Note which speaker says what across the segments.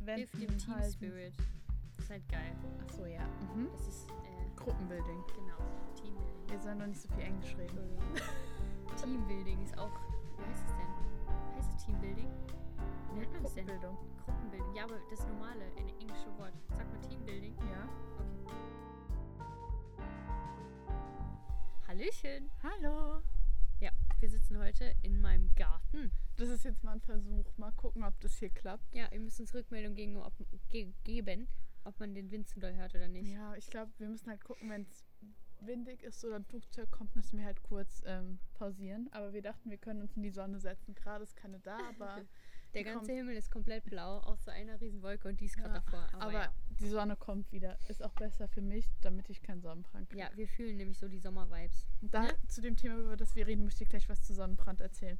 Speaker 1: wenn
Speaker 2: Hilft dem Team Spirit. Das ist halt geil.
Speaker 1: Achso, ja. Mhm.
Speaker 2: Das ist, äh,
Speaker 1: Gruppenbuilding.
Speaker 2: genau, Teambuilding.
Speaker 1: Wir sollen noch nicht so viel Englisch reden.
Speaker 2: Teambuilding ist auch, wie heißt es denn? Heißt es Teambuilding? Wie nennt man es denn?
Speaker 1: Gruppenbildung.
Speaker 2: Gruppenbuilding. Ja, aber das normale, in englische Wort. Sag mal Teambuilding.
Speaker 1: Ja.
Speaker 2: Okay. Hallöchen.
Speaker 1: Hallo.
Speaker 2: Ja, wir sitzen heute in meinem Garten.
Speaker 1: Das ist jetzt mal ein Versuch. Mal gucken, ob das hier klappt.
Speaker 2: Ja, ihr müsst uns Rückmeldung gegen, ob, ge geben, ob man den Wind zu doll hört oder nicht.
Speaker 1: Ja, ich glaube, wir müssen halt gucken, wenn es windig ist oder ein Flugzeug kommt, müssen wir halt kurz ähm, pausieren. Aber wir dachten, wir können uns in die Sonne setzen. Gerade ist keine da, aber,
Speaker 2: Der
Speaker 1: die
Speaker 2: ganze
Speaker 1: kommt-
Speaker 2: Himmel ist komplett blau, außer einer riesen Wolke und die ist gerade
Speaker 1: Ja,
Speaker 2: davor. Aber,
Speaker 1: aber die Sonne kommt wieder. Ist auch besser für mich, damit ich keinen Sonnenbrand kriege.
Speaker 2: ja. ja, wir fühlen nämlich so die Sommervibes.
Speaker 1: Da
Speaker 2: Ja.
Speaker 1: zu dem Thema, über das wir reden, möchte ich gleich was zu Sonnenbrand erzählen.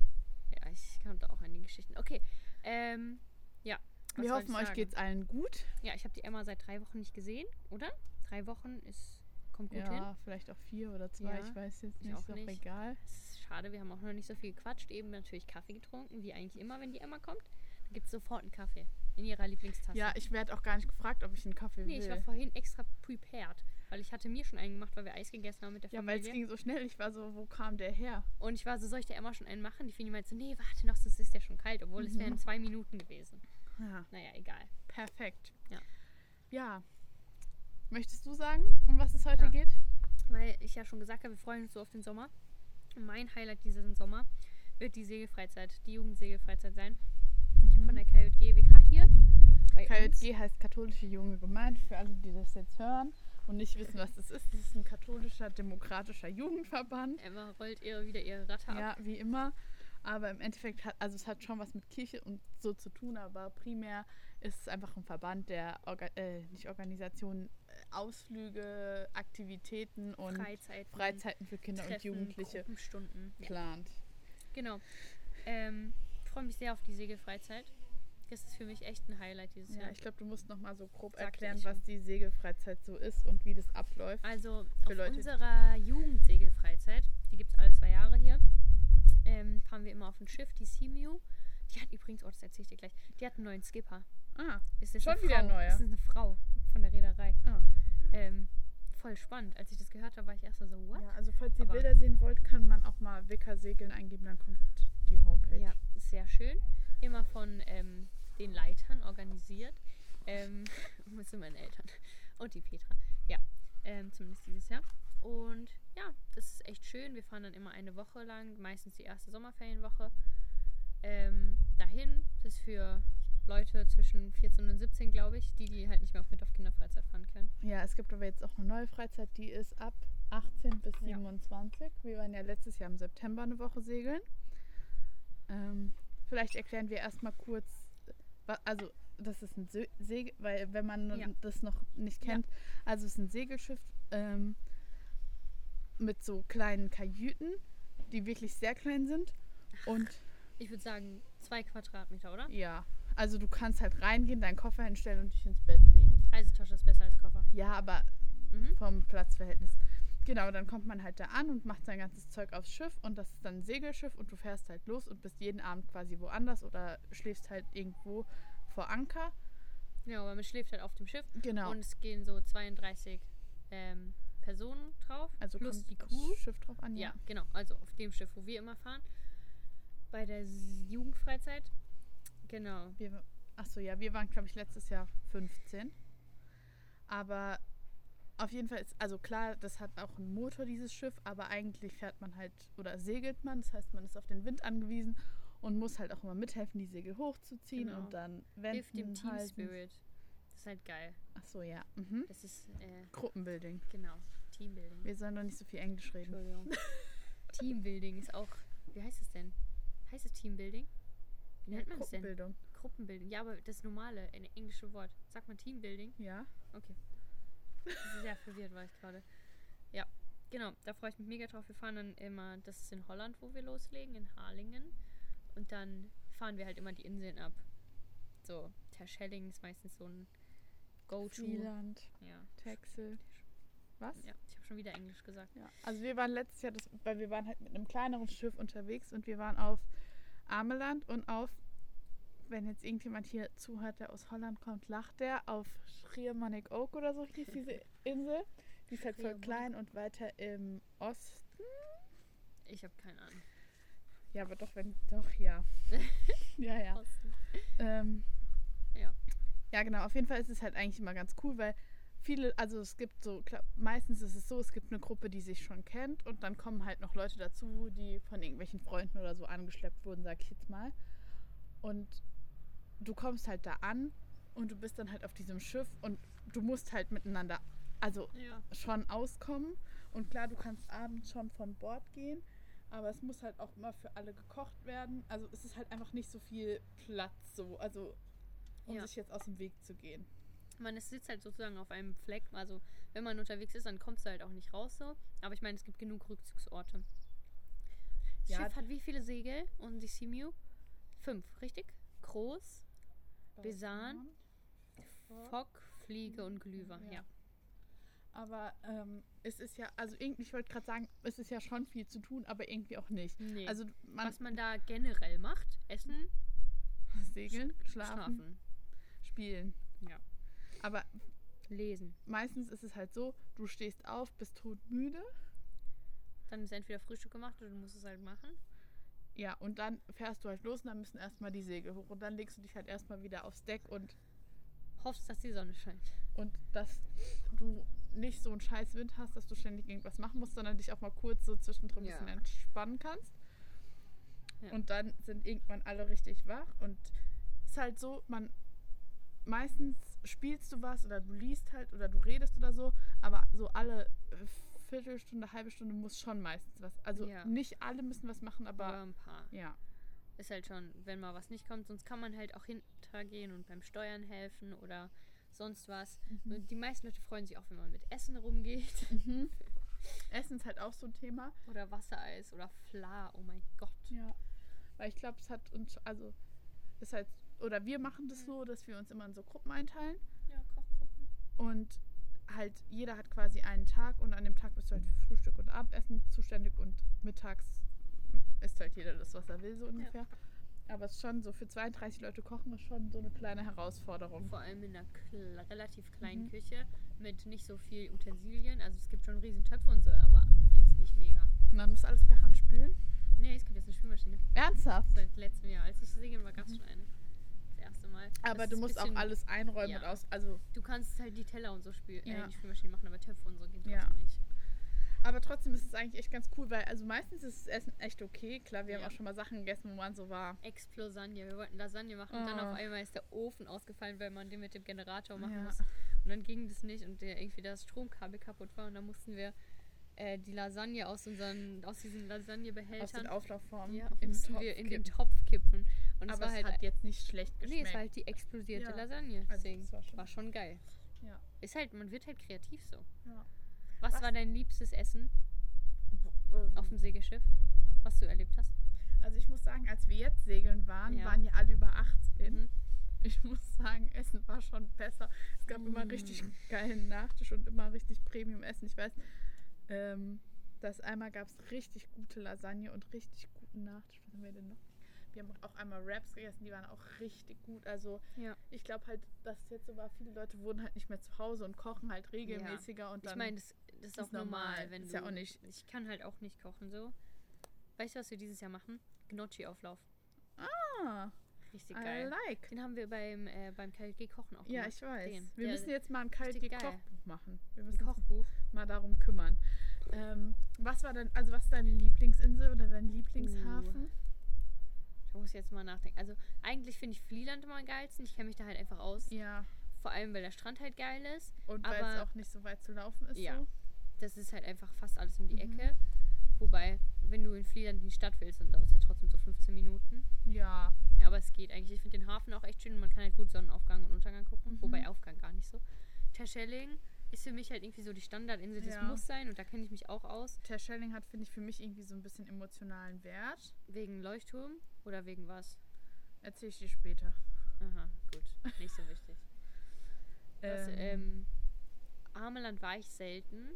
Speaker 2: Ja, ich kann da auch einige Geschichten. Okay, ähm, ja. was
Speaker 1: wir
Speaker 2: soll ich
Speaker 1: hoffen, euch
Speaker 2: sagen?
Speaker 1: geht's allen gut.
Speaker 2: Ja, ich habe die Emma seit drei Wochen nicht gesehen, oder? Drei Wochen ist kommt gut hin.
Speaker 1: ja, vielleicht auch vier oder zwei,
Speaker 2: Ja,
Speaker 1: ich weiß jetzt
Speaker 2: ich
Speaker 1: nicht,
Speaker 2: auch
Speaker 1: ist auch
Speaker 2: nicht.
Speaker 1: egal.
Speaker 2: Es ist schade, wir haben auch noch nicht so viel gequatscht. Eben natürlich Kaffee getrunken, wie eigentlich immer, wenn die Emma kommt. Dann gibt es sofort einen Kaffee in ihrer Lieblingstasse.
Speaker 1: Ja, ich werde auch gar nicht gefragt, ob ich einen Kaffee
Speaker 2: nee,
Speaker 1: will.
Speaker 2: ich war vorhin extra prepared, weil ich hatte mir schon einen gemacht, weil wir Eis gegessen haben mit der
Speaker 1: ja, weil es
Speaker 2: Familie.
Speaker 1: ging so schnell. Ich war so, wo kam der her?
Speaker 2: Und ich war so, soll ich der Emma schon einen machen? Die Fini meinte so, nee, warte noch, sonst ist der schon kalt, obwohl es
Speaker 1: Mhm.
Speaker 2: wären zwei Minuten gewesen.
Speaker 1: Ja,
Speaker 2: Naja, egal.
Speaker 1: perfekt.
Speaker 2: Ja.
Speaker 1: Ja. Möchtest du sagen, um was es heute
Speaker 2: Ja.
Speaker 1: geht?
Speaker 2: Weil ich ja schon gesagt habe, wir freuen uns so auf den Sommer. Und mein Highlight diesen Sommer wird die Segelfreizeit, die Jugendsegelfreizeit sein.
Speaker 1: Mhm.
Speaker 2: Von der KJGWK hier. Bei uns.
Speaker 1: KJG heißt katholische junge Gemeinde, für alle, die das jetzt hören und nicht wissen, was das ist. Das ist ein katholischer, demokratischer Jugendverband.
Speaker 2: Emma rollt ihre, wieder ihre Ratte ab.
Speaker 1: Ja, wie immer. Aber im Endeffekt hat, also es hat schon was mit Kirche und so zu tun, aber primär ist es einfach ein Verband, der Orga äh, nicht Organisationen, äh, Ausflüge, Aktivitäten und
Speaker 2: Freizeiten,
Speaker 1: Freizeiten für Kinder und
Speaker 2: Treffen,
Speaker 1: Jugendliche
Speaker 2: Gruppenstunden. Ja,
Speaker 1: plant.
Speaker 2: genau. Ähm, freue mich sehr auf die Segelfreizeit. Das ist für mich echt ein Highlight dieses
Speaker 1: Ja,
Speaker 2: Jahr.
Speaker 1: ich glaube, du musst noch mal so grob
Speaker 2: Sagte
Speaker 1: erklären,
Speaker 2: ich schon.
Speaker 1: was die Segelfreizeit so ist und wie das abläuft.
Speaker 2: Also
Speaker 1: Für
Speaker 2: auf
Speaker 1: Leute, die-
Speaker 2: unserer Jugendsegelfreizeit, die gibt es alle zwei Jahre hier, ähm, fahren wir immer auf ein Schiff, die Simiu. Die hat übrigens, oh, das erzähle ich dir gleich, die hat einen neuen Skipper.
Speaker 1: Ah,
Speaker 2: Ist jetzt
Speaker 1: Schon
Speaker 2: eine
Speaker 1: wieder
Speaker 2: Frau.
Speaker 1: ein neuer?
Speaker 2: Das ist eine Frau von der Reederei.
Speaker 1: ah.
Speaker 2: Ähm, voll spannend. Als ich das gehört habe, war ich erst mal so, what?
Speaker 1: Ja, also falls ihr
Speaker 2: Aber-
Speaker 1: Bilder sehen wollt, kann man auch mal Wicker Segeln eingeben, dann kommt die Homepage.
Speaker 2: Ja, ist sehr schön. Immer von ähm, den Leitern organisiert. Ähm, mit meinen Eltern. Und die Petra. Ja, ähm, zumindest dieses Jahr. Und ja, das ist echt schön. Wir fahren dann immer eine Woche lang, meistens die erste Sommerferienwoche, ähm, dahin. Das ist für Leute zwischen 14 und 17, glaube ich, die, die halt nicht mehr auf mit auf Kinderfreizeit fahren können.
Speaker 1: Ja, es gibt aber jetzt auch eine neue Freizeit, die ist ab 18 bis
Speaker 2: Ja.
Speaker 1: 27. Wir waren ja letztes Jahr im September eine Woche segeln. Ähm, vielleicht erklären wir erstmal kurz, wa- also das ist ein Se- Segel, weil wenn man
Speaker 2: Ja.
Speaker 1: das noch nicht
Speaker 2: Ja.
Speaker 1: kennt, also es ist ein Segelschiff ähm, mit so kleinen Kajüten, die wirklich sehr klein sind und
Speaker 2: Ich würde sagen, zwei Quadratmeter, oder?
Speaker 1: ja, also du kannst halt reingehen, deinen Koffer hinstellen und dich ins Bett legen.
Speaker 2: Reisetasche ist besser als Koffer.
Speaker 1: Ja, aber
Speaker 2: Mhm.
Speaker 1: vom Platzverhältnis. Genau, dann kommt man halt da an und macht sein ganzes Zeug aufs Schiff und das ist dann ein Segelschiff und du fährst halt los und bist jeden Abend quasi woanders oder schläfst halt irgendwo vor Anker.
Speaker 2: Ja, aber man schläft halt auf dem Schiff.
Speaker 1: Genau.
Speaker 2: Und es gehen so 32 ähm, Personen drauf.
Speaker 1: also
Speaker 2: plus
Speaker 1: kommt Mhm.
Speaker 2: die
Speaker 1: das
Speaker 2: Crew.
Speaker 1: Schiff drauf an.
Speaker 2: Ja, genau. Also auf dem Schiff, wo wir immer fahren. Bei der S- Jugendfreizeit. Genau.
Speaker 1: Wir, achso, ja, wir waren, glaube ich, letztes Jahr 15. Aber auf jeden Fall ist, also klar, das hat auch einen Motor, dieses Schiff, aber eigentlich fährt man halt oder segelt man. Das heißt, man ist auf den Wind angewiesen und muss halt auch immer mithelfen, die Segel hochzuziehen
Speaker 2: Genau.
Speaker 1: und dann wenden.
Speaker 2: Hilft dem Team
Speaker 1: halten.
Speaker 2: Spirit. Das ist halt geil.
Speaker 1: Achso, ja. Mhm.
Speaker 2: Das ist, äh,
Speaker 1: Gruppenbuilding.
Speaker 2: genau. Teambuilding.
Speaker 1: Wir sollen doch nicht so viel Englisch reden.
Speaker 2: Entschuldigung. Teambuilding ist auch. Wie heißt es denn? Heißt es Teambuilding? Wie nennt man es denn?
Speaker 1: Gruppenbildung.
Speaker 2: Gruppenbildung. Ja, aber das normale, in englische Wort. Sagt man Teambuilding?
Speaker 1: Ja.
Speaker 2: Okay. Sehr verwirrt war ich gerade. Ja, genau. Da freue ich mich mega drauf. Wir fahren dann immer, das ist in Holland, wo wir loslegen, in Harlingen. Und dann fahren wir halt immer die Inseln ab. So, Terschelling ist meistens so ein Go-To. Ja.
Speaker 1: Friesland, Texel. Was?
Speaker 2: ja, ich habe schon wieder Englisch gesagt.
Speaker 1: Ja, also wir waren letztes Jahr, das, weil wir waren halt mit einem kleineren Schiff unterwegs und wir waren auf Ameland und auf wenn jetzt irgendjemand hier zuhört, der aus Holland kommt, lacht der auf Schiermannig Oak oder so hieß diese Insel. Die ist halt voll
Speaker 2: Schiermonnikoog.
Speaker 1: klein und weiter im Osten.
Speaker 2: Ich habe keine Ahnung.
Speaker 1: Ja, aber doch, wenn. Doch, ja. ja, ja.
Speaker 2: Osten.
Speaker 1: Ähm,
Speaker 2: Ja.
Speaker 1: ja, genau. Auf jeden Fall ist es halt eigentlich immer ganz cool, weil viele, also es gibt so, klar, meistens ist es so, es gibt eine Gruppe, die sich schon kennt und dann kommen halt noch Leute dazu, die von irgendwelchen Freunden oder so angeschleppt wurden, sag ich jetzt mal. Und du kommst halt da an und du bist dann halt auf diesem Schiff und du musst halt miteinander, also
Speaker 2: Ja.
Speaker 1: schon auskommen. Und klar, du kannst abends schon von Bord gehen, aber es muss halt auch immer für alle gekocht werden. Also es ist halt einfach nicht so viel Platz so, also um
Speaker 2: Ja.
Speaker 1: sich jetzt aus dem Weg zu gehen.
Speaker 2: Man ist- sitzt halt sozusagen auf einem Fleck. Also, wenn man unterwegs ist, dann kommst du halt auch nicht raus so. Aber ich meine, es gibt genug Rückzugsorte. Das
Speaker 1: Ja.
Speaker 2: Schiff hat wie viele Segel? Und die Simiu? Fünf, richtig? Groß,
Speaker 1: Äh,
Speaker 2: Besan, Fock, Fliege und Glühwein. Ja.
Speaker 1: Ja. Aber ähm, es ist ja, also irgendwie, ich wollte gerade sagen, es ist ja schon viel zu tun, aber irgendwie auch nicht.
Speaker 2: Nee.
Speaker 1: Also man
Speaker 2: Was man da generell macht: Essen,
Speaker 1: segeln, schlafen,
Speaker 2: schlafen.
Speaker 1: spielen.
Speaker 2: Ja.
Speaker 1: Aber
Speaker 2: Lesen.
Speaker 1: meistens ist es halt so, du stehst auf, bist todmüde
Speaker 2: Dann ist entweder Frühstück gemacht oder du musst es halt machen.
Speaker 1: Ja, und dann fährst du halt los und dann müssen erstmal die Segel hoch. Und dann legst du dich halt erstmal wieder aufs Deck und,
Speaker 2: Hoffst, dass die Sonne scheint.
Speaker 1: und dass du nicht so einen scheiß Wind hast, dass du ständig irgendwas machen musst, sondern dich auch mal kurz so zwischendrin ein
Speaker 2: Ja.
Speaker 1: bisschen entspannen kannst.
Speaker 2: Ja.
Speaker 1: Und dann sind irgendwann alle richtig wach. Und es ist halt so, man meistens spielst du was oder du liest halt oder du redest oder so, aber so alle äh, Viertelstunde, halbe Stunde muss schon meistens was. Also
Speaker 2: Ja.
Speaker 1: nicht alle müssen was machen, aber
Speaker 2: Aber ein paar.
Speaker 1: ja.
Speaker 2: ist halt schon, wenn mal was nicht kommt, sonst kann man halt auch hintergehen und beim Steuern helfen oder sonst was. Ne, Die meisten Leute freuen sich auch, wenn man mit Essen rumgeht
Speaker 1: Mhm. Essen ist halt auch so ein Thema.
Speaker 2: oder Wassereis oder Fla, oh mein Gott.
Speaker 1: Ja. Weil ich glaube, es hat uns, also ist halt, oder wir machen das
Speaker 2: Mhm.
Speaker 1: so, dass wir uns immer in so Gruppen einteilen
Speaker 2: Ja, Kochgruppen.
Speaker 1: und halt jeder hat quasi einen Tag und an dem Tag bist du halt für Frühstück und Abendessen zuständig und mittags isst halt jeder das, was er will, so ungefähr. Aber es ist schon so, für 32 Leute kochen ist schon so eine kleine Herausforderung.
Speaker 2: Vor allem in einer kle- relativ kleinen
Speaker 1: Mhm.
Speaker 2: Küche mit nicht so viel Utensilien. Also es gibt schon riesen Töpfe und so, aber jetzt nicht mega.
Speaker 1: Und dann musst du alles per Hand spülen.
Speaker 2: Nee, es gibt jetzt eine Spülmaschine.
Speaker 1: Ernsthaft?
Speaker 2: Seit letztem Jahr. Als ich segeln war, gab es schon eine. Das erste Mal.
Speaker 1: Mhm. Aber
Speaker 2: Das
Speaker 1: du
Speaker 2: ist
Speaker 1: musst auch
Speaker 2: bisschen-
Speaker 1: alles einräumen
Speaker 2: Ja.
Speaker 1: und aus, also
Speaker 2: Du kannst halt die Teller und so spülen, äh,
Speaker 1: Ja.
Speaker 2: in die Spülmaschine machen, aber Töpfe und so geht trotzdem
Speaker 1: Ja.
Speaker 2: nicht.
Speaker 1: Aber trotzdem ist es eigentlich echt ganz cool, weil also meistens ist das Essen echt okay. Klar, wir
Speaker 2: Ja.
Speaker 1: haben auch schon mal Sachen gegessen, wo man so war.
Speaker 2: Ex-Lasagne. Wir wollten Lasagne machen und dann
Speaker 1: Ah.
Speaker 2: auf einmal ist der Ofen ausgefallen, weil man den mit dem Generator machen
Speaker 1: Ja.
Speaker 2: muss. Und dann ging das nicht und der, irgendwie das Stromkabel kaputt war und dann mussten wir äh, die Lasagne aus unseren, aus
Speaker 1: Aus
Speaker 2: diesen
Speaker 1: den
Speaker 2: Lasagnebehältern
Speaker 1: Auflaufformen
Speaker 2: ja,
Speaker 1: im
Speaker 2: mussten
Speaker 1: Topf
Speaker 2: wir in
Speaker 1: kippen.
Speaker 2: den Topf kippen. Und es
Speaker 1: Aber
Speaker 2: war
Speaker 1: es
Speaker 2: halt,
Speaker 1: hat jetzt nicht schlecht
Speaker 2: nee,
Speaker 1: geschmeckt.
Speaker 2: es war halt die explodierte
Speaker 1: Ja.
Speaker 2: Lasagne.
Speaker 1: das
Speaker 2: Deswegen
Speaker 1: war schon-
Speaker 2: war schon geil.
Speaker 1: Ja.
Speaker 2: Ist halt, man wird halt kreativ so.
Speaker 1: Ja.
Speaker 2: Was,
Speaker 1: Was-
Speaker 2: war dein liebstes Essen auf dem
Speaker 1: Ähm,
Speaker 2: Segelschiff, was du erlebt hast?
Speaker 1: Also ich muss sagen, als wir jetzt segeln waren,
Speaker 2: Ja.
Speaker 1: waren ja alle über 18.
Speaker 2: Mhm.
Speaker 1: Ich muss sagen, Essen war schon besser. Es gab immer
Speaker 2: Mm.
Speaker 1: richtig geilen Nachtisch und immer richtig Premium-Essen. Ich weiß, ähm, das einmal gab es richtig gute Lasagne und richtig guten Nachtisch. Was haben wir denn noch? Wir haben auch einmal Wraps gegessen, die waren auch richtig gut. Also
Speaker 2: Ja.
Speaker 1: ich glaube halt, dass es jetzt so war, viele Leute wohnen halt nicht mehr zu Hause und kochen halt regelmäßiger und dann.
Speaker 2: Ich meine, das, das ist auch
Speaker 1: ist normal.
Speaker 2: normal, wenn
Speaker 1: Ist
Speaker 2: du,
Speaker 1: ja auch nicht-
Speaker 2: Ich kann halt auch nicht kochen so. Weißt du, was wir dieses Jahr machen? Gnocchi-Auflauf.
Speaker 1: ah,
Speaker 2: Richtig
Speaker 1: I
Speaker 2: geil.
Speaker 1: like.
Speaker 2: Den haben wir beim, äh, beim KLG Kochen auch
Speaker 1: Ja,
Speaker 2: gemacht.
Speaker 1: ich weiß.
Speaker 2: Den.
Speaker 1: Wir
Speaker 2: Der-
Speaker 1: müssen jetzt mal ein kaltes
Speaker 2: richtig geil.
Speaker 1: Kochbuch machen. Wir
Speaker 2: ein
Speaker 1: müssen uns
Speaker 2: Kochbuch.
Speaker 1: mal darum kümmern. Ähm, was war denn, also was ist deine Lieblingsinsel oder dein Lieblingshafen?
Speaker 2: Uh. Da muss ich jetzt mal nachdenken. Also eigentlich finde ich Flieland immer am geilsten. Ich kenne mich da halt einfach aus.
Speaker 1: Ja,
Speaker 2: Vor allem, weil der Strand halt geil ist.
Speaker 1: und weil es
Speaker 2: Aber-
Speaker 1: auch nicht so weit zu laufen ist.
Speaker 2: Ja.
Speaker 1: So.
Speaker 2: Das ist halt einfach fast alles um die
Speaker 1: Mhm.
Speaker 2: Ecke. Wobei, wenn du in Flieland in die Stadt willst, dann dauert es ja trotzdem so 15 Minuten.
Speaker 1: Ja.
Speaker 2: Aber es geht eigentlich. Ich finde den Hafen auch echt schön und man kann halt gut Sonnenaufgang und Untergang gucken.
Speaker 1: Mhm.
Speaker 2: Wobei Aufgang gar nicht so. Terschelling ist für mich halt irgendwie so die Standardinsel. Das
Speaker 1: Ja.
Speaker 2: muss sein und da kenne ich mich auch aus.
Speaker 1: Terschelling hat, finde ich, für mich irgendwie so ein bisschen emotionalen Wert.
Speaker 2: Wegen Leuchtturm oder wegen was?
Speaker 1: Erzähl ich dir später.
Speaker 2: Aha, gut. Nicht so wichtig. Das, ähm, Armeland war ich selten.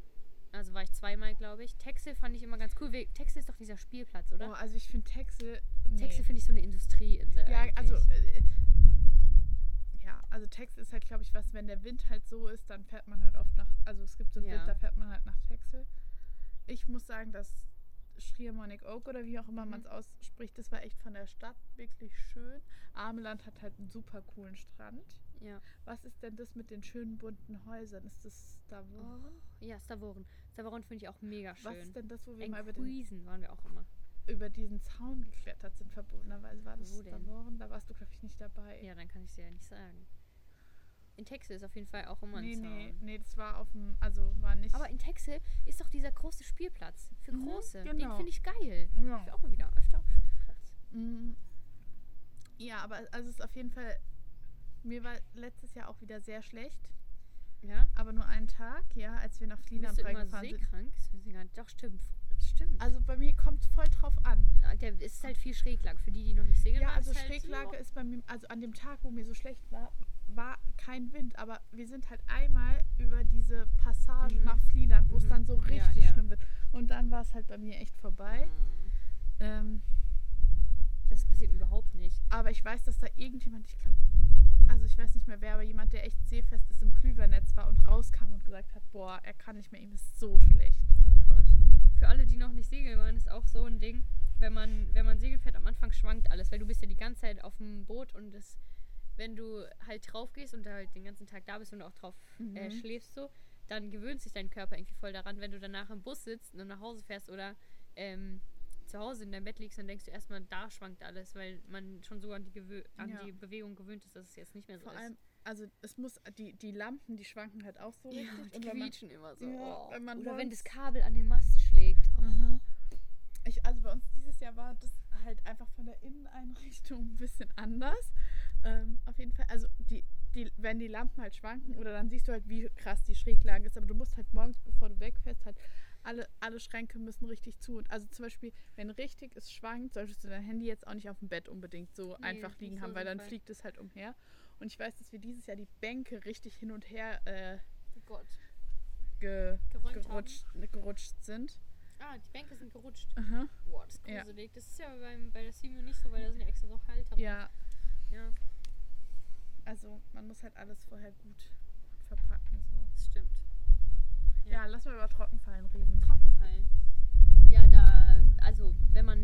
Speaker 2: Also war ich zweimal, glaube ich. Texel fand ich immer ganz cool. We- Texel ist doch dieser Spielplatz,
Speaker 1: oh,
Speaker 2: oder?
Speaker 1: also ich finde Texel. Nee.
Speaker 2: Texel finde ich so eine Industrieinsel.
Speaker 1: ja, also
Speaker 2: eigentlich.
Speaker 1: äh, also Texel ist halt, glaube ich, was, wenn der Wind halt so ist, dann fährt man halt oft nach, also es gibt so einen
Speaker 2: Ja.
Speaker 1: Wind, da fährt man halt nach Texel. Ich muss sagen, dass Schiermonic Oak oder wie auch immer
Speaker 2: Mhm.
Speaker 1: man es ausspricht, das war echt von der Stadt wirklich schön. Ameland hat halt einen super coolen Strand.
Speaker 2: Ja.
Speaker 1: Was ist denn das mit den schönen bunten Häusern? Ist das da wo?
Speaker 2: Ja, Stavoren. Stavoren finde ich auch mega
Speaker 1: oh. Was ist
Speaker 2: Oh, schön.
Speaker 1: denn das, wo wir
Speaker 2: In
Speaker 1: mal über, den,
Speaker 2: Cuisen waren wir auch immer.
Speaker 1: über diesen Zaun geklettert sind, verbotenerweise? War das
Speaker 2: Wo denn?
Speaker 1: Stavoren? Da warst du, glaube ich, nicht dabei.
Speaker 2: Ja, dann kann ich es ja nicht sagen. In Texel ist auf jeden Fall auch immer ein
Speaker 1: nee,
Speaker 2: Zaun.
Speaker 1: nee, nee, das war auf dem, also war nicht.
Speaker 2: Aber in Texel ist doch dieser große Spielplatz für
Speaker 1: Mhm,
Speaker 2: Große. Den
Speaker 1: genau.
Speaker 2: finde ich geil. Ich
Speaker 1: ja.
Speaker 2: will auch mal wieder öfter auf Spielplatz.
Speaker 1: Mm. Ja, aber also es ist auf jeden Fall. Mir war letztes Jahr auch wieder sehr schlecht,
Speaker 2: Ja?
Speaker 1: aber nur einen Tag, ja, als wir nach
Speaker 2: Bist
Speaker 1: Flieland
Speaker 2: du immer
Speaker 1: reingefahren sind.
Speaker 2: seekrank? Das weiß ich gar nicht. Doch, stimmt. Stimmt.
Speaker 1: Also bei mir kommt voll drauf an.
Speaker 2: Ah, Der es ist halt viel Schräglage. Für die, die noch nicht segeln
Speaker 1: Ja,
Speaker 2: waren,
Speaker 1: also
Speaker 2: ist halt
Speaker 1: Schräglage
Speaker 2: so.
Speaker 1: ist bei mir, also an dem Tag, wo mir so schlecht war, war kein Wind, aber wir sind halt einmal über diese Passage
Speaker 2: Mhm.
Speaker 1: nach Flieland, wo es
Speaker 2: Mhm.
Speaker 1: dann so
Speaker 2: Ja,
Speaker 1: richtig
Speaker 2: ja.
Speaker 1: schlimm wird. Und dann war es halt bei mir echt
Speaker 2: Ah.
Speaker 1: vorbei. Ähm,
Speaker 2: Das passiert mir überhaupt nicht.
Speaker 1: Aber ich weiß, dass da irgendjemand, ich glaube, also ich weiß nicht mehr wer, aber jemand, der echt seefest ist, im Klüvernetz war und rauskam und gesagt hat, boah, er kann nicht mehr, ihm ist so schlecht.
Speaker 2: Oh Gott. Für alle, die noch nicht segeln waren, ist auch so ein Ding, wenn man, wenn man segelt fährt, am Anfang schwankt alles, weil du bist ja die ganze Zeit auf dem Boot und das, wenn du halt drauf gehst und da halt den ganzen Tag da bist und auch drauf äh,
Speaker 1: Mhm.
Speaker 2: schläfst so, dann gewöhnt sich dein Körper irgendwie voll daran, wenn du danach im Bus sitzt und nach Hause fährst oder ähm, zu Hause in deinem Bett liegst, dann denkst du erstmal, da schwankt alles, weil man schon so an die, Gewö an
Speaker 1: Ja.
Speaker 2: die Bewegung gewöhnt ist, dass es jetzt nicht mehr so
Speaker 1: Vor
Speaker 2: ist.
Speaker 1: allem, also es muss, die, die Lampen, die schwanken halt auch so
Speaker 2: ja,
Speaker 1: richtig.
Speaker 2: die
Speaker 1: Und wenn man,
Speaker 2: quietschen immer so.
Speaker 1: Ja,
Speaker 2: oh.
Speaker 1: wenn man
Speaker 2: Oder wenn
Speaker 1: wollt.
Speaker 2: das Kabel an den Mast schlägt. Oh.
Speaker 1: Mhm. ich, also bei uns dieses Jahr war das halt einfach von der Inneneinrichtung ein bisschen anders. Ähm, auf jeden Fall, also die, die, wenn die Lampen halt schwanken oder dann siehst du halt, wie krass die Schräglage ist, aber du musst halt morgens, bevor du wegfährst, halt alle, alle Schränke müssen richtig zu. Und also zum Beispiel, wenn richtig es schwankt, solltest du dein Handy jetzt auch nicht auf dem Bett unbedingt so
Speaker 2: Nee,
Speaker 1: einfach
Speaker 2: nicht
Speaker 1: liegen
Speaker 2: so
Speaker 1: haben, weil dann
Speaker 2: sinnvoll.
Speaker 1: fliegt es halt umher. Und ich weiß, dass wir dieses Jahr die Bänke richtig hin und her äh,
Speaker 2: oh Gott.
Speaker 1: ge
Speaker 2: Geräumt haben.
Speaker 1: gerutscht, gerutscht sind.
Speaker 2: Ah, die Bänke sind gerutscht.
Speaker 1: Aha.
Speaker 2: Boah, das ist
Speaker 1: Ja.
Speaker 2: gruselig. Das ist ja beim, bei der Simo nicht so, weil da sind ja extra so Halter.
Speaker 1: Ja,
Speaker 2: ja,
Speaker 1: Also man muss halt alles vorher gut verpacken. So.
Speaker 2: das stimmt.
Speaker 1: Ja.
Speaker 2: Ja.
Speaker 1: lass mal über Trockenfallen reden.
Speaker 2: Trockenfallen. Ja, da, also wenn man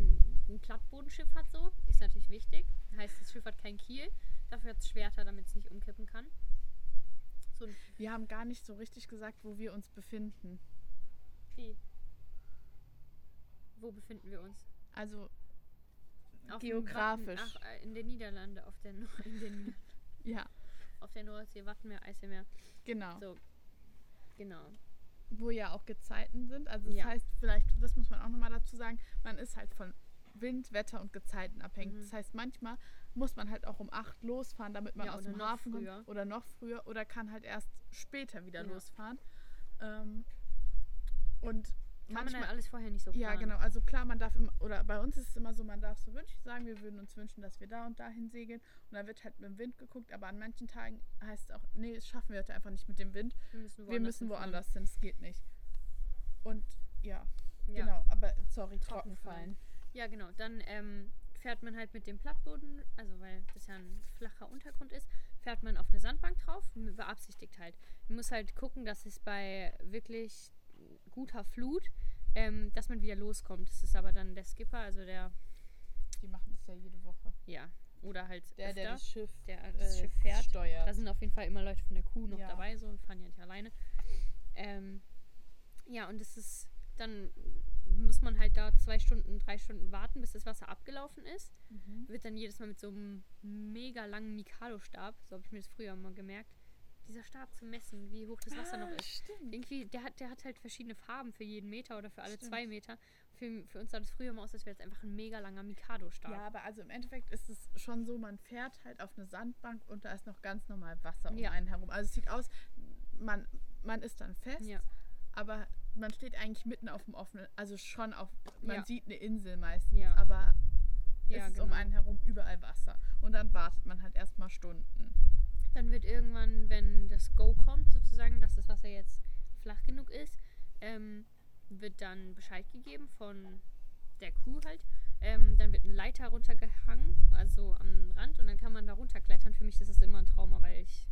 Speaker 2: ein Plattbodenschiff hat, so, ist natürlich wichtig. Heißt, das Schiff hat keinen Kiel. Dafür hat es Schwerter, damit es nicht umkippen kann. So ein
Speaker 1: Wir haben gar nicht so richtig gesagt, wo wir uns befinden.
Speaker 2: Wie? Wo befinden wir uns?
Speaker 1: Also
Speaker 2: Auf dem
Speaker 1: geografisch.
Speaker 2: Watten- Ach, äh, in den Niederlande, auf der, Nor- in den, Nieder-
Speaker 1: ja,
Speaker 2: auf der Nordsee, Wattenmeer, Eiselmeer.
Speaker 1: genau.
Speaker 2: So, genau.
Speaker 1: Wo ja auch Gezeiten sind. Also das
Speaker 2: Ja.
Speaker 1: heißt, vielleicht, das muss man auch nochmal dazu sagen, man ist halt von Wind, Wetter und Gezeiten abhängig.
Speaker 2: Mhm.
Speaker 1: Das heißt, manchmal muss man halt auch um 8 losfahren, damit man
Speaker 2: Ja,
Speaker 1: aus
Speaker 2: oder
Speaker 1: dem
Speaker 2: noch
Speaker 1: Hafen
Speaker 2: früher.
Speaker 1: kommt. Oder noch früher. Oder kann halt erst später wieder
Speaker 2: Ja.
Speaker 1: losfahren. Ähm, und
Speaker 2: Kann man
Speaker 1: manchmal
Speaker 2: dann alles vorher nicht so planen.
Speaker 1: Ja, genau. Also klar, man darf immer, oder bei uns ist es immer so, man darf so Wünsche sagen, wir würden uns wünschen, dass wir da und dahin segeln. Und dann wird halt mit dem Wind geguckt, aber an manchen Tagen heißt es auch, nee, das schaffen wir heute einfach nicht mit dem Wind.
Speaker 2: Wir müssen woanders.
Speaker 1: wir müssen
Speaker 2: hinfahren.
Speaker 1: woanders hin, es geht nicht. Und ja,
Speaker 2: Ja.
Speaker 1: genau, aber sorry, Trockenfallen.
Speaker 2: Trockenfallen. ja, genau. Dann ähm, fährt man halt mit dem Plattboden, also weil das ja ein flacher Untergrund ist, fährt man auf eine Sandbank drauf, m- beabsichtigt halt. Man muss halt gucken, dass es bei wirklich guter Flut, ähm, dass man wieder loskommt. Das ist aber dann der Skipper, also der,
Speaker 1: Die machen das ja jede Woche.
Speaker 2: ja, oder halt
Speaker 1: Der,
Speaker 2: öfter,
Speaker 1: der das Schiff,
Speaker 2: der das
Speaker 1: äh,
Speaker 2: Schiff fährt. Da
Speaker 1: steuert.
Speaker 2: sind auf jeden Fall immer Leute von der Crew noch
Speaker 1: Ja.
Speaker 2: dabei, so wir fahren ja nicht alleine. Ähm, ja, und es ist, dann muss man halt da zwei Stunden, drei Stunden warten, bis das Wasser abgelaufen ist.
Speaker 1: Mhm.
Speaker 2: Wird dann jedes Mal mit so einem mega langen Mikado-Stab, so habe ich mir das früher mal gemerkt, dieser Stab zu messen, wie hoch das Wasser noch
Speaker 1: Ah,
Speaker 2: ist.
Speaker 1: Stimmt.
Speaker 2: Irgendwie, der hat, der hat halt verschiedene Farben für jeden Meter oder für alle
Speaker 1: Stimmt.
Speaker 2: zwei Meter. Für, für uns sah das früher mal aus, als wäre das einfach ein mega langer Mikado-Stab.
Speaker 1: Ja, aber also im Endeffekt ist es schon so, man fährt halt auf eine Sandbank und da ist noch ganz normal Wasser um
Speaker 2: Ja.
Speaker 1: einen herum. Also es sieht aus, man, man ist dann fest,
Speaker 2: Ja.
Speaker 1: aber man steht eigentlich mitten auf dem offenen, also schon auf, man
Speaker 2: Ja.
Speaker 1: sieht eine Insel meistens,
Speaker 2: Ja.
Speaker 1: aber
Speaker 2: Ja,
Speaker 1: es ist um
Speaker 2: genau.
Speaker 1: einen herum überall Wasser. Und dann wartet man halt erstmal Stunden.
Speaker 2: Dann wird irgendwann, wenn das Go kommt, sozusagen, dass das Wasser jetzt flach genug ist, ähm, wird dann Bescheid gegeben von der Crew halt, Ähm, dann wird eine Leiter runtergehangen, also am Rand, und dann kann man da runterklettern. Für mich ist es immer ein Trauma, weil ich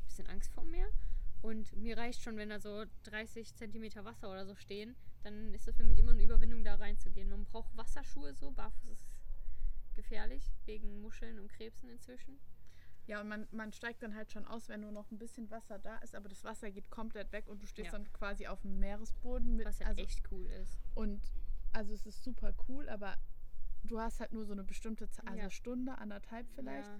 Speaker 2: ein bisschen Angst vor Meer. Und mir reicht schon, wenn da so 30 Zentimeter Wasser oder so stehen, dann ist das für mich immer eine Überwindung, da reinzugehen. Man braucht Wasserschuhe so, barfuß ist gefährlich, wegen Muscheln und Krebsen inzwischen.
Speaker 1: Ja, und man, man steigt dann halt schon aus, wenn nur noch ein bisschen Wasser da ist, aber das Wasser geht komplett weg und du stehst
Speaker 2: Ja.
Speaker 1: dann quasi auf dem Meeresboden mit.
Speaker 2: Was ja
Speaker 1: also,
Speaker 2: echt cool ist.
Speaker 1: Und also es ist super cool, aber du hast halt nur so eine bestimmte Zeit, also
Speaker 2: Ja.
Speaker 1: Stunde, anderthalb vielleicht.
Speaker 2: Ja.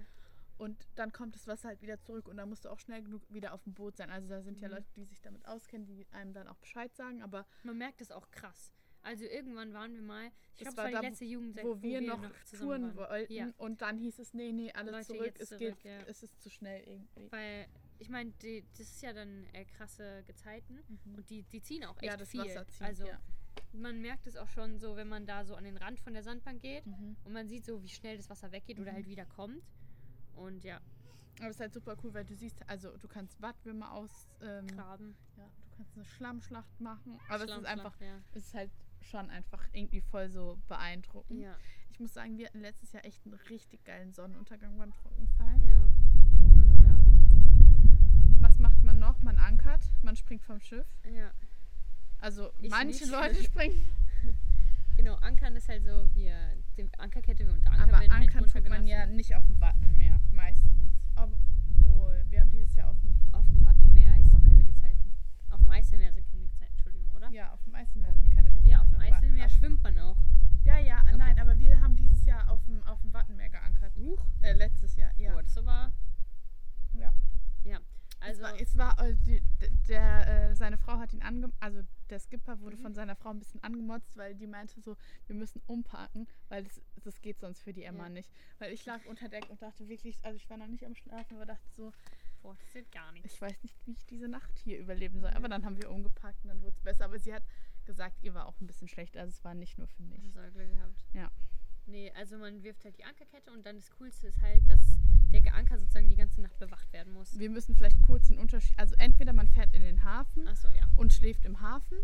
Speaker 1: Und dann kommt das Wasser halt wieder zurück und dann musst du auch schnell genug wieder auf dem Boot sein. Also da sind ja
Speaker 2: Mhm.
Speaker 1: Leute, die sich damit auskennen, die einem dann auch Bescheid sagen, aber
Speaker 2: Man merkt das auch krass. Also irgendwann waren wir mal, ich
Speaker 1: Das
Speaker 2: glaube, es
Speaker 1: war
Speaker 2: war
Speaker 1: da,
Speaker 2: die letzte Jugendsekt,
Speaker 1: wo, wir noch
Speaker 2: zusammen
Speaker 1: touren
Speaker 2: waren.
Speaker 1: wollten
Speaker 2: Ja,
Speaker 1: und dann hieß es, nee, nee, alles
Speaker 2: Leute,
Speaker 1: zurück,
Speaker 2: jetzt
Speaker 1: es
Speaker 2: zurück,
Speaker 1: geht,
Speaker 2: ja.
Speaker 1: es ist zu schnell irgendwie.
Speaker 2: weil ich meine, die- das ist ja dann äh, krasse Gezeiten
Speaker 1: Mhm.
Speaker 2: und die, die ziehen auch echt
Speaker 1: ja, das
Speaker 2: viel.
Speaker 1: Wasser zieht,
Speaker 2: also
Speaker 1: ja.
Speaker 2: man merkt es auch schon so, wenn man da so an den Rand von der Sandbank geht
Speaker 1: Mhm.
Speaker 2: und man sieht so, wie schnell das Wasser weggeht oder
Speaker 1: Mhm.
Speaker 2: halt wieder kommt. Und ja,
Speaker 1: Aber es ist halt super cool, weil du siehst, also du kannst Wattwürmer aus, ähm,
Speaker 2: graben.
Speaker 1: ja, du kannst eine Schlammschlacht machen, aber es ist
Speaker 2: Schlammschlacht,
Speaker 1: einfach,
Speaker 2: Ja.
Speaker 1: es ist halt schon einfach irgendwie voll so beeindruckend.
Speaker 2: ja,
Speaker 1: Ich muss sagen, wir hatten letztes Jahr echt einen richtig geilen Sonnenuntergang beim Trockenfallen.
Speaker 2: ja. Kann sein.
Speaker 1: Was macht man noch? Man ankert, man springt vom Schiff.
Speaker 2: Ja,
Speaker 1: Also
Speaker 2: Ich
Speaker 1: manche
Speaker 2: nicht.
Speaker 1: Leute springen,
Speaker 2: genau. Ankern ist halt so, wir, die Ankerkette und Anker
Speaker 1: aber
Speaker 2: werden
Speaker 1: ankern
Speaker 2: halt
Speaker 1: tut man
Speaker 2: runtergelassen.
Speaker 1: ja nicht auf dem Watten mehr, meistens. Obwohl, wir haben dieses Jahr auf dem,
Speaker 2: Auf dem Wattenmeer ist doch keine Gezeiten. Auf dem Eiselmeer sind keine Gezeiten, Entschuldigung, oder?
Speaker 1: ja, auf dem Eiselmeer sind keine Gesetze.
Speaker 2: Ja, auf dem Eiselmeer
Speaker 1: Auf,
Speaker 2: schwimmt man auch.
Speaker 1: ja, ja,
Speaker 2: Okay.
Speaker 1: nein, aber wir haben dieses Jahr auf dem, auf dem Wattenmeer geankert.
Speaker 2: Huch.
Speaker 1: Äh, letztes Jahr, ja.
Speaker 2: Ja. Oh, das ist aber.
Speaker 1: ja.
Speaker 2: Ja. Also.
Speaker 1: es war, es war äh, die, d- der, äh, seine Frau hat ihn ange also der Skipper wurde
Speaker 2: Mhm.
Speaker 1: von seiner Frau ein bisschen angemotzt, weil die meinte so, wir müssen umparken, weil das, das geht sonst für die Emma
Speaker 2: Ja.
Speaker 1: nicht. Weil ich lag unter Deck und dachte wirklich, also ich war noch nicht am Schlafen, aber dachte so,
Speaker 2: Boah, das sieht gar nichts.
Speaker 1: ich weiß nicht, wie ich diese Nacht hier überleben soll. Aber
Speaker 2: Ja.
Speaker 1: dann haben wir umgeparkt und dann wurde es besser. Aber sie hat gesagt, ihr war auch ein bisschen schlecht, also es war nicht nur für mich.
Speaker 2: Ich habe Glück gehabt.
Speaker 1: Ja.
Speaker 2: Nee, also man wirft halt die Ankerkette und dann das Coolste ist halt, dass der Anker sozusagen die ganze Nacht bewacht werden muss.
Speaker 1: Wir müssen vielleicht kurz den Unterschied, also entweder man fährt in den Hafen
Speaker 2: Achso, ja.
Speaker 1: und schläft im Hafen.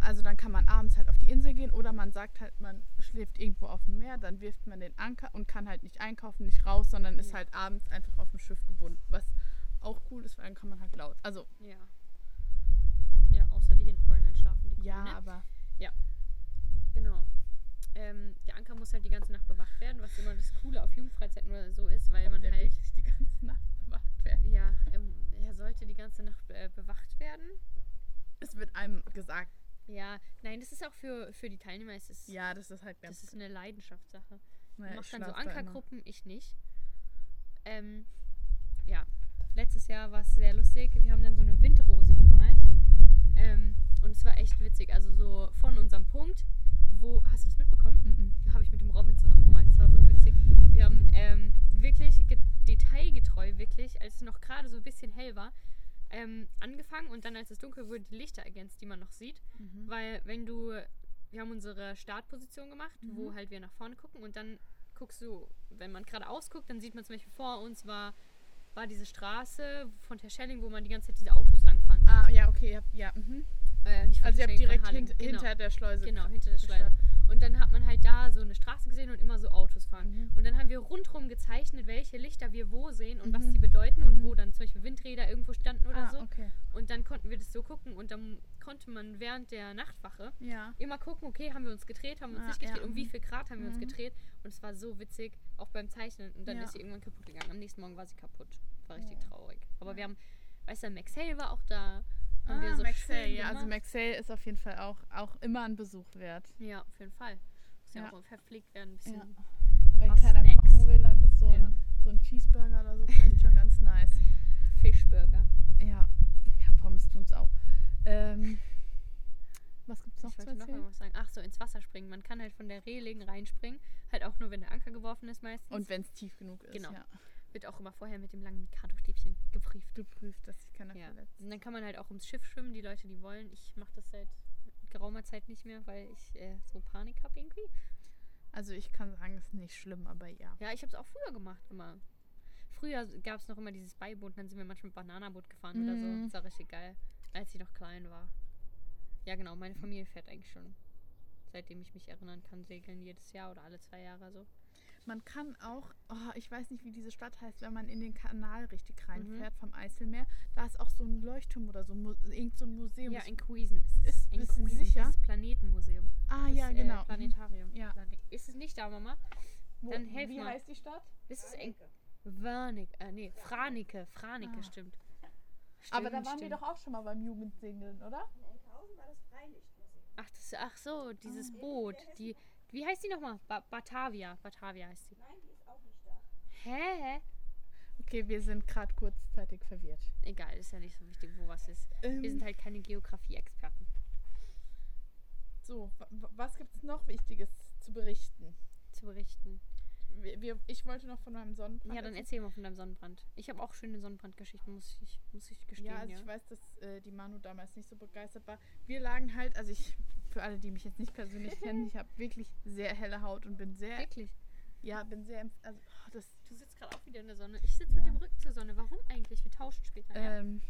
Speaker 1: Also dann kann man abends halt auf die Insel gehen oder man sagt halt, man schläft irgendwo auf dem Meer, dann wirft man den Anker und kann halt nicht einkaufen, nicht raus, sondern ist
Speaker 2: Ja.
Speaker 1: halt abends einfach auf dem Schiff gebunden, was auch cool ist, weil dann kann man halt laut. Also
Speaker 2: Ja. Ja, außer die hinten wollen halt schlafen, die
Speaker 1: ja,
Speaker 2: Kuh, ne?
Speaker 1: aber
Speaker 2: Genau. Ähm, der Anker muss halt die ganze Nacht bewacht werden, was immer das Coole auf Jugendfreizeiten oder so ist, weil man
Speaker 1: der
Speaker 2: halt.
Speaker 1: wirklich die ganze Nacht bewacht werden.
Speaker 2: Ja, ähm, er sollte die ganze Nacht äh, bewacht werden.
Speaker 1: Es wird einem gesagt,
Speaker 2: Ja, nein, das ist auch für, für die Teilnehmer, es ist,
Speaker 1: ja, das ist halt ganz
Speaker 2: das ist eine Leidenschaftssache.
Speaker 1: naja,
Speaker 2: Man
Speaker 1: ich
Speaker 2: macht dann so
Speaker 1: schlaf da immer.
Speaker 2: Ankergruppen, ich nicht. Ähm, ja, letztes Jahr war es sehr lustig. Wir haben dann so eine Windrose gemalt. Ähm, und es war echt witzig. Also so von unserem Punkt, wo, hast du das mitbekommen?
Speaker 1: Mhm.
Speaker 2: habe ich mit dem Robin zusammen gemalt. Das war so witzig. Wir haben ähm, wirklich ge- detailgetreu, wirklich, als es noch gerade so ein bisschen hell war, ähm, angefangen und dann, als es dunkel wurde, die Lichter ergänzt, die man noch sieht.
Speaker 1: Mhm.
Speaker 2: Weil wenn du, wir haben unsere Startposition gemacht,
Speaker 1: Mhm.
Speaker 2: wo halt wir nach vorne gucken und dann guckst du, wenn man geradeaus guckt, dann sieht man zum Beispiel vor uns war, war diese Straße von Terschelling, wo man die ganze Zeit diese Autos langfahren sieht.
Speaker 1: Ah, ja, okay, ihr habt- ja, mhm.
Speaker 2: Äh, nicht von
Speaker 1: Also ihr habt
Speaker 2: Terschelling, von
Speaker 1: direkt
Speaker 2: Harling.
Speaker 1: hint,
Speaker 2: Genau.
Speaker 1: hinter der Schleuse.
Speaker 2: Genau, hinter der Schleuse. Und dann hat man halt da so eine Straße gesehen und immer so Autos fahren.
Speaker 1: Mhm.
Speaker 2: Und dann haben wir rundherum gezeichnet, welche Lichter wir wo sehen und was
Speaker 1: Mhm.
Speaker 2: die bedeuten und
Speaker 1: Mhm.
Speaker 2: wo dann zum Beispiel Windräder irgendwo standen oder
Speaker 1: ah,
Speaker 2: so.
Speaker 1: okay.
Speaker 2: Und dann konnten wir das so gucken und dann konnte man während der Nachtwache
Speaker 1: Ja.
Speaker 2: immer gucken, okay, haben wir uns gedreht, haben wir uns
Speaker 1: Ah,
Speaker 2: nicht gedreht,
Speaker 1: ja,
Speaker 2: um wie
Speaker 1: mhm.
Speaker 2: viel Grad haben wir uns
Speaker 1: Mhm.
Speaker 2: gedreht. Und es war so witzig, auch beim Zeichnen. Und dann
Speaker 1: Ja.
Speaker 2: ist sie irgendwann kaputt gegangen. Am nächsten Morgen war sie kaputt. War richtig
Speaker 1: Oh.
Speaker 2: traurig. Aber
Speaker 1: Ja.
Speaker 2: wir haben, weißt du, Max Hale war auch da. Haben
Speaker 1: Ah,
Speaker 2: wir so
Speaker 1: Maxell,
Speaker 2: schön
Speaker 1: ja, also
Speaker 2: gemacht.
Speaker 1: Maxell ist auf jeden Fall auch, auch immer ein Besuch wert.
Speaker 2: Ja, auf jeden Fall. Muss ja,
Speaker 1: Ja.
Speaker 2: auch verpflegt werden, ein bisschen.
Speaker 1: Ja. Weil
Speaker 2: Was
Speaker 1: keiner
Speaker 2: Snacks.
Speaker 1: kochen will, dann ist so,
Speaker 2: Ja.
Speaker 1: ein, so ein Cheeseburger oder so vielleicht schon ganz nice.
Speaker 2: Fischburger.
Speaker 1: Ja, ja Pommes tun's auch. Ähm, was gibt's noch
Speaker 2: ich
Speaker 1: zu
Speaker 2: wollte noch mal
Speaker 1: erzählen?
Speaker 2: was sagen. Ach so, ins Wasser springen. Man kann halt von der Reling reinspringen. Halt auch nur, wenn der Anker geworfen ist meistens.
Speaker 1: Und wenn es tief genug ist,
Speaker 2: Genau.
Speaker 1: ja.
Speaker 2: wird auch immer vorher mit dem langen Mikado-Stäbchen gebrieft.
Speaker 1: Geprüft, dass sich keiner
Speaker 2: Ja.
Speaker 1: verletzt.
Speaker 2: Und dann kann man halt auch ums Schiff schwimmen, die Leute, die wollen. Ich mache das seit geraumer Zeit nicht mehr, weil ich äh, so Panik habe irgendwie.
Speaker 1: Also ich kann sagen, es ist nicht schlimm, aber ja.
Speaker 2: Ja, ich habe es auch früher gemacht immer. Früher gab es noch immer dieses Beiboot, dann sind wir manchmal mit Bananaboot gefahren oder so.
Speaker 1: Mm.
Speaker 2: Das war richtig geil, als ich noch klein war. Ja, genau, meine Familie fährt eigentlich schon seitdem ich mich erinnern kann, segeln jedes Jahr oder alle zwei Jahre so.
Speaker 1: Man kann auch, oh, ich weiß nicht, wie diese Stadt heißt, wenn man in den Kanal
Speaker 2: Mhm.
Speaker 1: richtig reinfährt vom Eiselmeer, da ist auch so ein Leuchtturm oder so, ein Mu- irgend so ein Museum.
Speaker 2: Ja, in Cuisen ist es.
Speaker 1: Ist-
Speaker 2: in
Speaker 1: bist du
Speaker 2: Cuisen,
Speaker 1: sicher?
Speaker 2: dieses Planetenmuseum.
Speaker 1: ah
Speaker 2: Das,
Speaker 1: ja,
Speaker 2: äh,
Speaker 1: genau. Mhm.
Speaker 2: Planetarium.
Speaker 1: Ja.
Speaker 2: Plane- Ist es nicht da, Mama?
Speaker 1: Wo-
Speaker 2: Dann helf
Speaker 1: Wie
Speaker 2: mal.
Speaker 1: heißt die Stadt?
Speaker 2: Ist es in Wernicke? Äh, nee, Franicke. Franicke,
Speaker 1: Ah.
Speaker 2: stimmt.
Speaker 1: Aber da
Speaker 2: Stimmt,
Speaker 1: waren wir
Speaker 2: stimmt.
Speaker 1: doch auch schon mal beim Jugendsingeln, oder?
Speaker 3: In Enkhausen war das Freilichtmuseum.
Speaker 2: Ach, das, ach so, dieses
Speaker 3: Ah.
Speaker 2: Boot. Die, wie heißt die nochmal? Ba Batavia. Batavia heißt sie.
Speaker 3: Nein, die ist auch nicht da.
Speaker 2: Hä?
Speaker 1: Okay, wir sind gerade kurzzeitig verwirrt.
Speaker 2: Egal, ist ja nicht so wichtig, wo was ist. Wir
Speaker 1: Ähm,
Speaker 2: sind halt keine Geografie-Experten.
Speaker 1: so, wa- wa- was gibt es noch Wichtiges zu berichten?
Speaker 2: Zu berichten.
Speaker 1: Wir, wir, ich wollte noch von meinem Sonnenbrand.
Speaker 2: Ja, dann
Speaker 1: erzählen.
Speaker 2: erzähl mal von deinem Sonnenbrand. Ich habe auch schöne Sonnenbrandgeschichten, muss ich, muss ich gestehen.
Speaker 1: Ja,
Speaker 2: Ja,
Speaker 1: also ich weiß, dass äh, die Manu damals nicht so begeistert war. Wir lagen halt, also ich, für alle, die mich jetzt nicht persönlich kennen, ich habe wirklich sehr helle Haut und bin sehr,
Speaker 2: Wirklich.
Speaker 1: ja, bin sehr, empf- also oh, das,
Speaker 2: Du sitzt gerade auch wieder in der Sonne. Ich sitze mit
Speaker 1: Ja.
Speaker 2: dem Rücken zur Sonne. Warum eigentlich? Wir tauschen später. ja.
Speaker 1: ähm,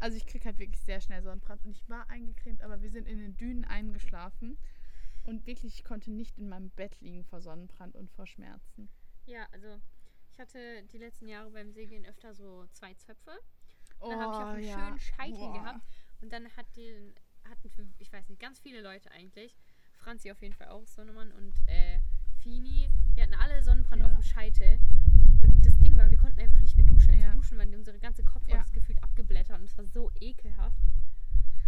Speaker 1: also ich krieg halt wirklich sehr schnell Sonnenbrand und ich war eingecremt, aber wir sind in den Dünen eingeschlafen und wirklich, ich konnte nicht in meinem Bett liegen vor Sonnenbrand und vor Schmerzen.
Speaker 2: Ja, also ich hatte die letzten Jahre beim Segeln öfter so zwei Zöpfe.
Speaker 1: Oh,
Speaker 2: Dann habe ich auch einen
Speaker 1: ja.
Speaker 2: schönen Scheitel
Speaker 1: Boah.
Speaker 2: gehabt. Und dann hat die, hatten, für- ich weiß nicht, ganz viele Leute eigentlich. Franzi auf jeden Fall auch, Sonnemann und äh, Fini. Die hatten alle Sonnenbrand
Speaker 1: Ja.
Speaker 2: auf dem Scheitel. Und das Ding war, wir konnten einfach nicht mehr duschen. Als
Speaker 1: Ja.
Speaker 2: wir duschen waren, unsere ganze Kopfhaut
Speaker 1: Ja.
Speaker 2: ist gefühlt abgeblättert. Und es war so ekelhaft.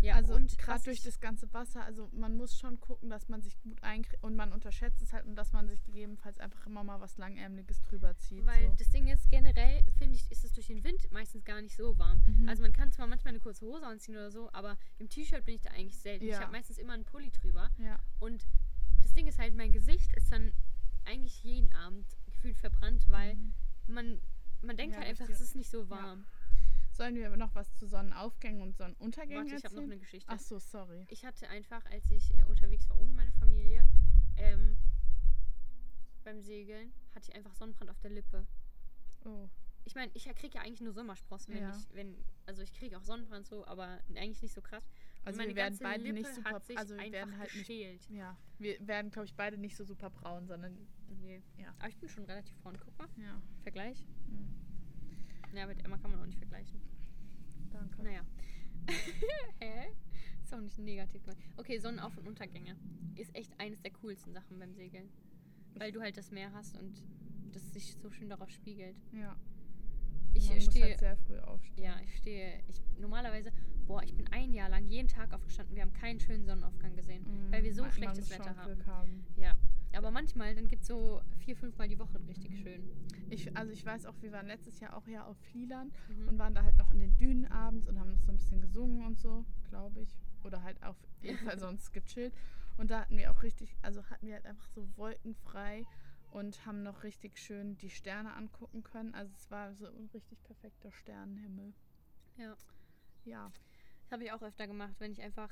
Speaker 2: Ja,
Speaker 1: also und gerade
Speaker 2: was
Speaker 1: durch
Speaker 2: ich-
Speaker 1: das ganze Wasser, also man muss schon gucken, dass man sich gut einkriegt und man unterschätzt es halt und dass man sich gegebenenfalls einfach immer mal was Langärmliches drüber zieht.
Speaker 2: Weil
Speaker 1: so.
Speaker 2: das Ding ist, generell finde ich, ist es durch den Wind meistens gar nicht so warm.
Speaker 1: Mhm.
Speaker 2: Also man kann zwar manchmal eine kurze Hose anziehen oder so, aber im T-Shirt bin ich da eigentlich selten. Ich
Speaker 1: Ja.
Speaker 2: habe meistens immer einen Pulli drüber.
Speaker 1: Ja,
Speaker 2: Und das Ding ist halt, mein Gesicht ist dann eigentlich jeden Abend gefühlt verbrannt, weil
Speaker 1: Mhm.
Speaker 2: man, man denkt
Speaker 1: Ja,
Speaker 2: halt einfach,
Speaker 1: durch die-
Speaker 2: es ist nicht so warm.
Speaker 1: Sollen wir noch was zu Sonnenaufgängen und Sonnenuntergängen
Speaker 2: Warte, ich habe noch
Speaker 1: erzählen?
Speaker 2: eine Geschichte.
Speaker 1: Ach so, sorry.
Speaker 2: Ich hatte einfach, als ich äh, unterwegs war ohne meine Familie, ähm, beim Segeln, hatte ich einfach Sonnenbrand auf der Lippe.
Speaker 1: Oh.
Speaker 2: ich meine, ich kriege ja eigentlich nur Sommersprossen, wenn
Speaker 1: Ja.
Speaker 2: ich, wenn, also ich kriege auch Sonnenbrand so, aber eigentlich nicht so krass. Und
Speaker 1: Also
Speaker 2: meine
Speaker 1: wir werden
Speaker 2: ganze
Speaker 1: beide
Speaker 2: Lippe
Speaker 1: nicht super,
Speaker 2: hat sich
Speaker 1: also wir
Speaker 2: einfach
Speaker 1: werden halt nicht,
Speaker 2: geschält.
Speaker 1: ja, wir werden glaube ich beide nicht so super braun, sondern
Speaker 2: Nee.
Speaker 1: Ja.
Speaker 2: Aber ich bin schon relativ braun, guck mal.
Speaker 1: ja,
Speaker 2: Vergleich.
Speaker 1: Mhm.
Speaker 2: Ja, mit Emma kann man auch nicht vergleichen.
Speaker 1: danke.
Speaker 2: Naja. Hä? Ist auch nicht negativ gemeint. Okay, Sonnenauf- und Untergänge. Ist echt eines der coolsten Sachen beim Segeln. Weil du halt das Meer hast und das sich so schön darauf spiegelt.
Speaker 1: Ja,
Speaker 2: Ich
Speaker 1: man muss
Speaker 2: stehe
Speaker 1: halt sehr früh aufstehen.
Speaker 2: Ja, ich stehe. Ich, normalerweise, boah, ich bin ein Jahr lang jeden Tag aufgestanden. Wir haben keinen schönen Sonnenaufgang gesehen, weil wir so
Speaker 1: Hm. man, man
Speaker 2: schlechtes
Speaker 1: muss
Speaker 2: Wetter
Speaker 1: schon
Speaker 2: haben.
Speaker 1: Glück haben.
Speaker 2: Ja, aber manchmal, dann gibt es so vier, fünfmal die Woche richtig schön.
Speaker 1: Ich, also ich weiß auch, wir waren letztes Jahr auch ja auf Flieland
Speaker 2: Mhm.
Speaker 1: und waren da halt noch in den Dünen abends und haben noch so ein bisschen gesungen und so, glaube ich. Oder halt auf jeden Fall sonst gechillt. Und da hatten wir auch richtig, also hatten wir halt einfach so wolkenfrei und haben noch richtig schön die Sterne angucken können. Also es war so ein richtig perfekter Sternenhimmel.
Speaker 2: Ja,
Speaker 1: Ja.
Speaker 2: das habe ich auch öfter gemacht, wenn ich einfach,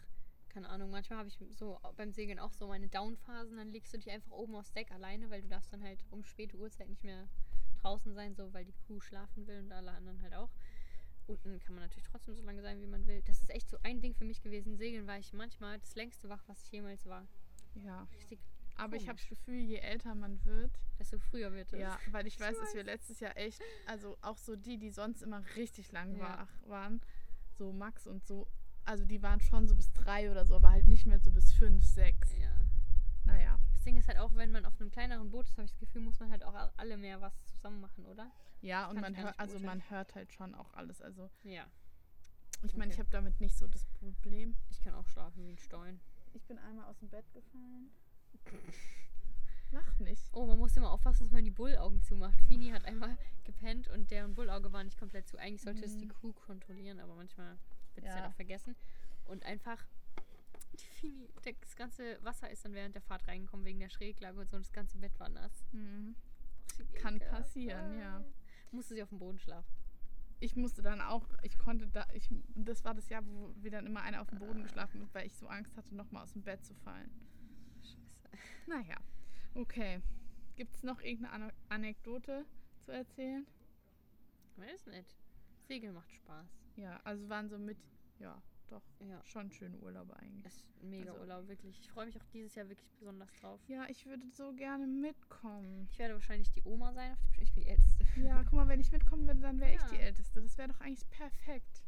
Speaker 2: keine Ahnung, manchmal habe ich so beim Segeln auch so meine Downphasen, dann legst du dich einfach oben aufs Deck alleine, weil du darfst dann halt um späte Uhrzeit nicht mehr draußen sein, so weil die Kuh schlafen will und alle anderen halt auch. Unten kann man natürlich trotzdem so lange sein, wie man will. Das ist echt so ein Ding für mich gewesen. Segeln war ich manchmal das längste wach, was ich jemals war.
Speaker 1: Ja.
Speaker 2: Richtig,
Speaker 1: Aber ich habe
Speaker 2: Komisch.
Speaker 1: das Gefühl, je älter man wird,
Speaker 2: desto früher wird es.
Speaker 1: ja, weil ich weiß, dass wir letztes Jahr echt, also auch so die, die sonst immer richtig lang
Speaker 2: Ja.
Speaker 1: wach waren, so Max und so, also die waren schon so bis drei oder so, aber halt nicht mehr so bis fünf, sechs.
Speaker 2: ja.
Speaker 1: Naja.
Speaker 2: Das Ding ist halt auch, wenn man auf einem kleineren Boot ist, habe ich das Gefühl, muss man halt auch alle mehr was zusammen machen, oder?
Speaker 1: Ja, und
Speaker 2: kann
Speaker 1: man
Speaker 2: ich gar
Speaker 1: hört,
Speaker 2: nicht
Speaker 1: also man hört halt schon auch alles. Also
Speaker 2: Ja.
Speaker 1: ich meine, ich
Speaker 2: Okay.
Speaker 1: habe damit nicht so das Problem.
Speaker 2: Ich kann auch schlafen wie ein Stein.
Speaker 1: Ich bin einmal aus dem Bett gefallen. Lach nicht.
Speaker 2: Oh, man muss immer aufpassen, dass man die Bullaugen zumacht. Fini hat einmal gepennt und deren Bullauge war nicht komplett zu. Eigentlich sollte es die
Speaker 1: Mhm.
Speaker 2: Kuh kontrollieren, aber manchmal wird es
Speaker 1: Ja.
Speaker 2: dann auch vergessen. Und einfach, die Fini, das ganze Wasser ist dann während der Fahrt reingekommen wegen der Schräglage und so und das ganze Bett war nass.
Speaker 1: Mhm.
Speaker 2: Richtig
Speaker 1: Kann
Speaker 2: ekelhaft.
Speaker 1: passieren, ja.
Speaker 2: Ah. Musste sie auf dem Boden schlafen.
Speaker 1: Ich musste dann auch, ich konnte da, ich, das war das Jahr, wo wir dann immer einer auf dem
Speaker 2: Ah.
Speaker 1: Boden geschlafen sind, weil ich so Angst hatte, nochmal aus dem Bett zu fallen.
Speaker 2: Scheiße.
Speaker 1: Naja, okay. Gibt es noch irgendeine Ane- Anekdote zu erzählen?
Speaker 2: Weiß nicht. Segeln macht Spaß.
Speaker 1: Ja, also waren so mit, ja, doch.
Speaker 2: Ja.
Speaker 1: Schon schöne Urlaube eigentlich.
Speaker 2: Es ist ein mega
Speaker 1: Also-
Speaker 2: Urlaub, wirklich. Ich freue mich auch dieses Jahr wirklich besonders drauf.
Speaker 1: Ja, ich würde so gerne mitkommen.
Speaker 2: Ich werde wahrscheinlich die Oma sein auf dem Schiff. Ich bin die Älteste.
Speaker 1: Ja, guck mal, wenn ich mitkommen würde, dann wäre ich die
Speaker 2: Ja.
Speaker 1: Älteste. Das wäre doch eigentlich perfekt.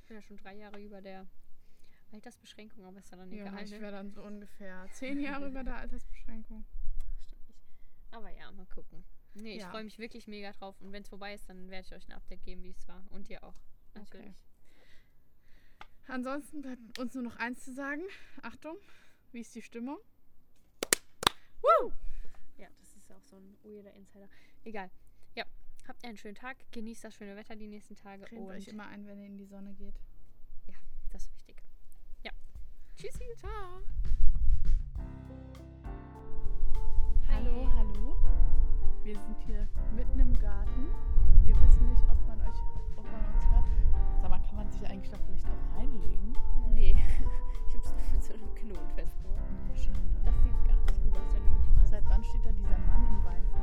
Speaker 2: Ich bin ja schon drei Jahre über der Altersbeschränkung, aber ist ja dann
Speaker 1: Ja,
Speaker 2: egal.
Speaker 1: ich
Speaker 2: ne?
Speaker 1: wäre dann so ungefähr zehn Jahre über der Altersbeschränkung.
Speaker 2: Stimmt nicht. Aber ja, mal gucken. Nee, ich
Speaker 1: Ja.
Speaker 2: freue mich wirklich mega drauf. Und wenn es vorbei ist, dann werde ich euch ein Update geben, wie es war. Und dir auch. Natürlich.
Speaker 1: Ansonsten bleibt uns nur noch eins zu sagen. Achtung, wie ist die Stimmung? Woo!
Speaker 2: Ja, das ist auch so ein weirder Insider. Egal. Ja, habt einen schönen Tag. Genießt das schöne Wetter die nächsten Tage.
Speaker 1: Cremt
Speaker 2: und
Speaker 1: euch immer ein, wenn ihr in die Sonne geht.
Speaker 2: das ist wichtig. Ja. Tschüssi. Ciao.
Speaker 1: Hallo, hallo. Wir sind hier mitten im Garten. Wir wissen nicht, ob man euch, ob man uns hört. Sag mal, kann man sich eigentlich da vielleicht auch reinlegen?
Speaker 2: Nee, ich hab's nur mit so einem Knoten festgemacht.
Speaker 1: Schade.
Speaker 2: Das sieht gar nicht gut aus, wenn du mich fragst.
Speaker 1: Seit wann steht da dieser Mann im Wald?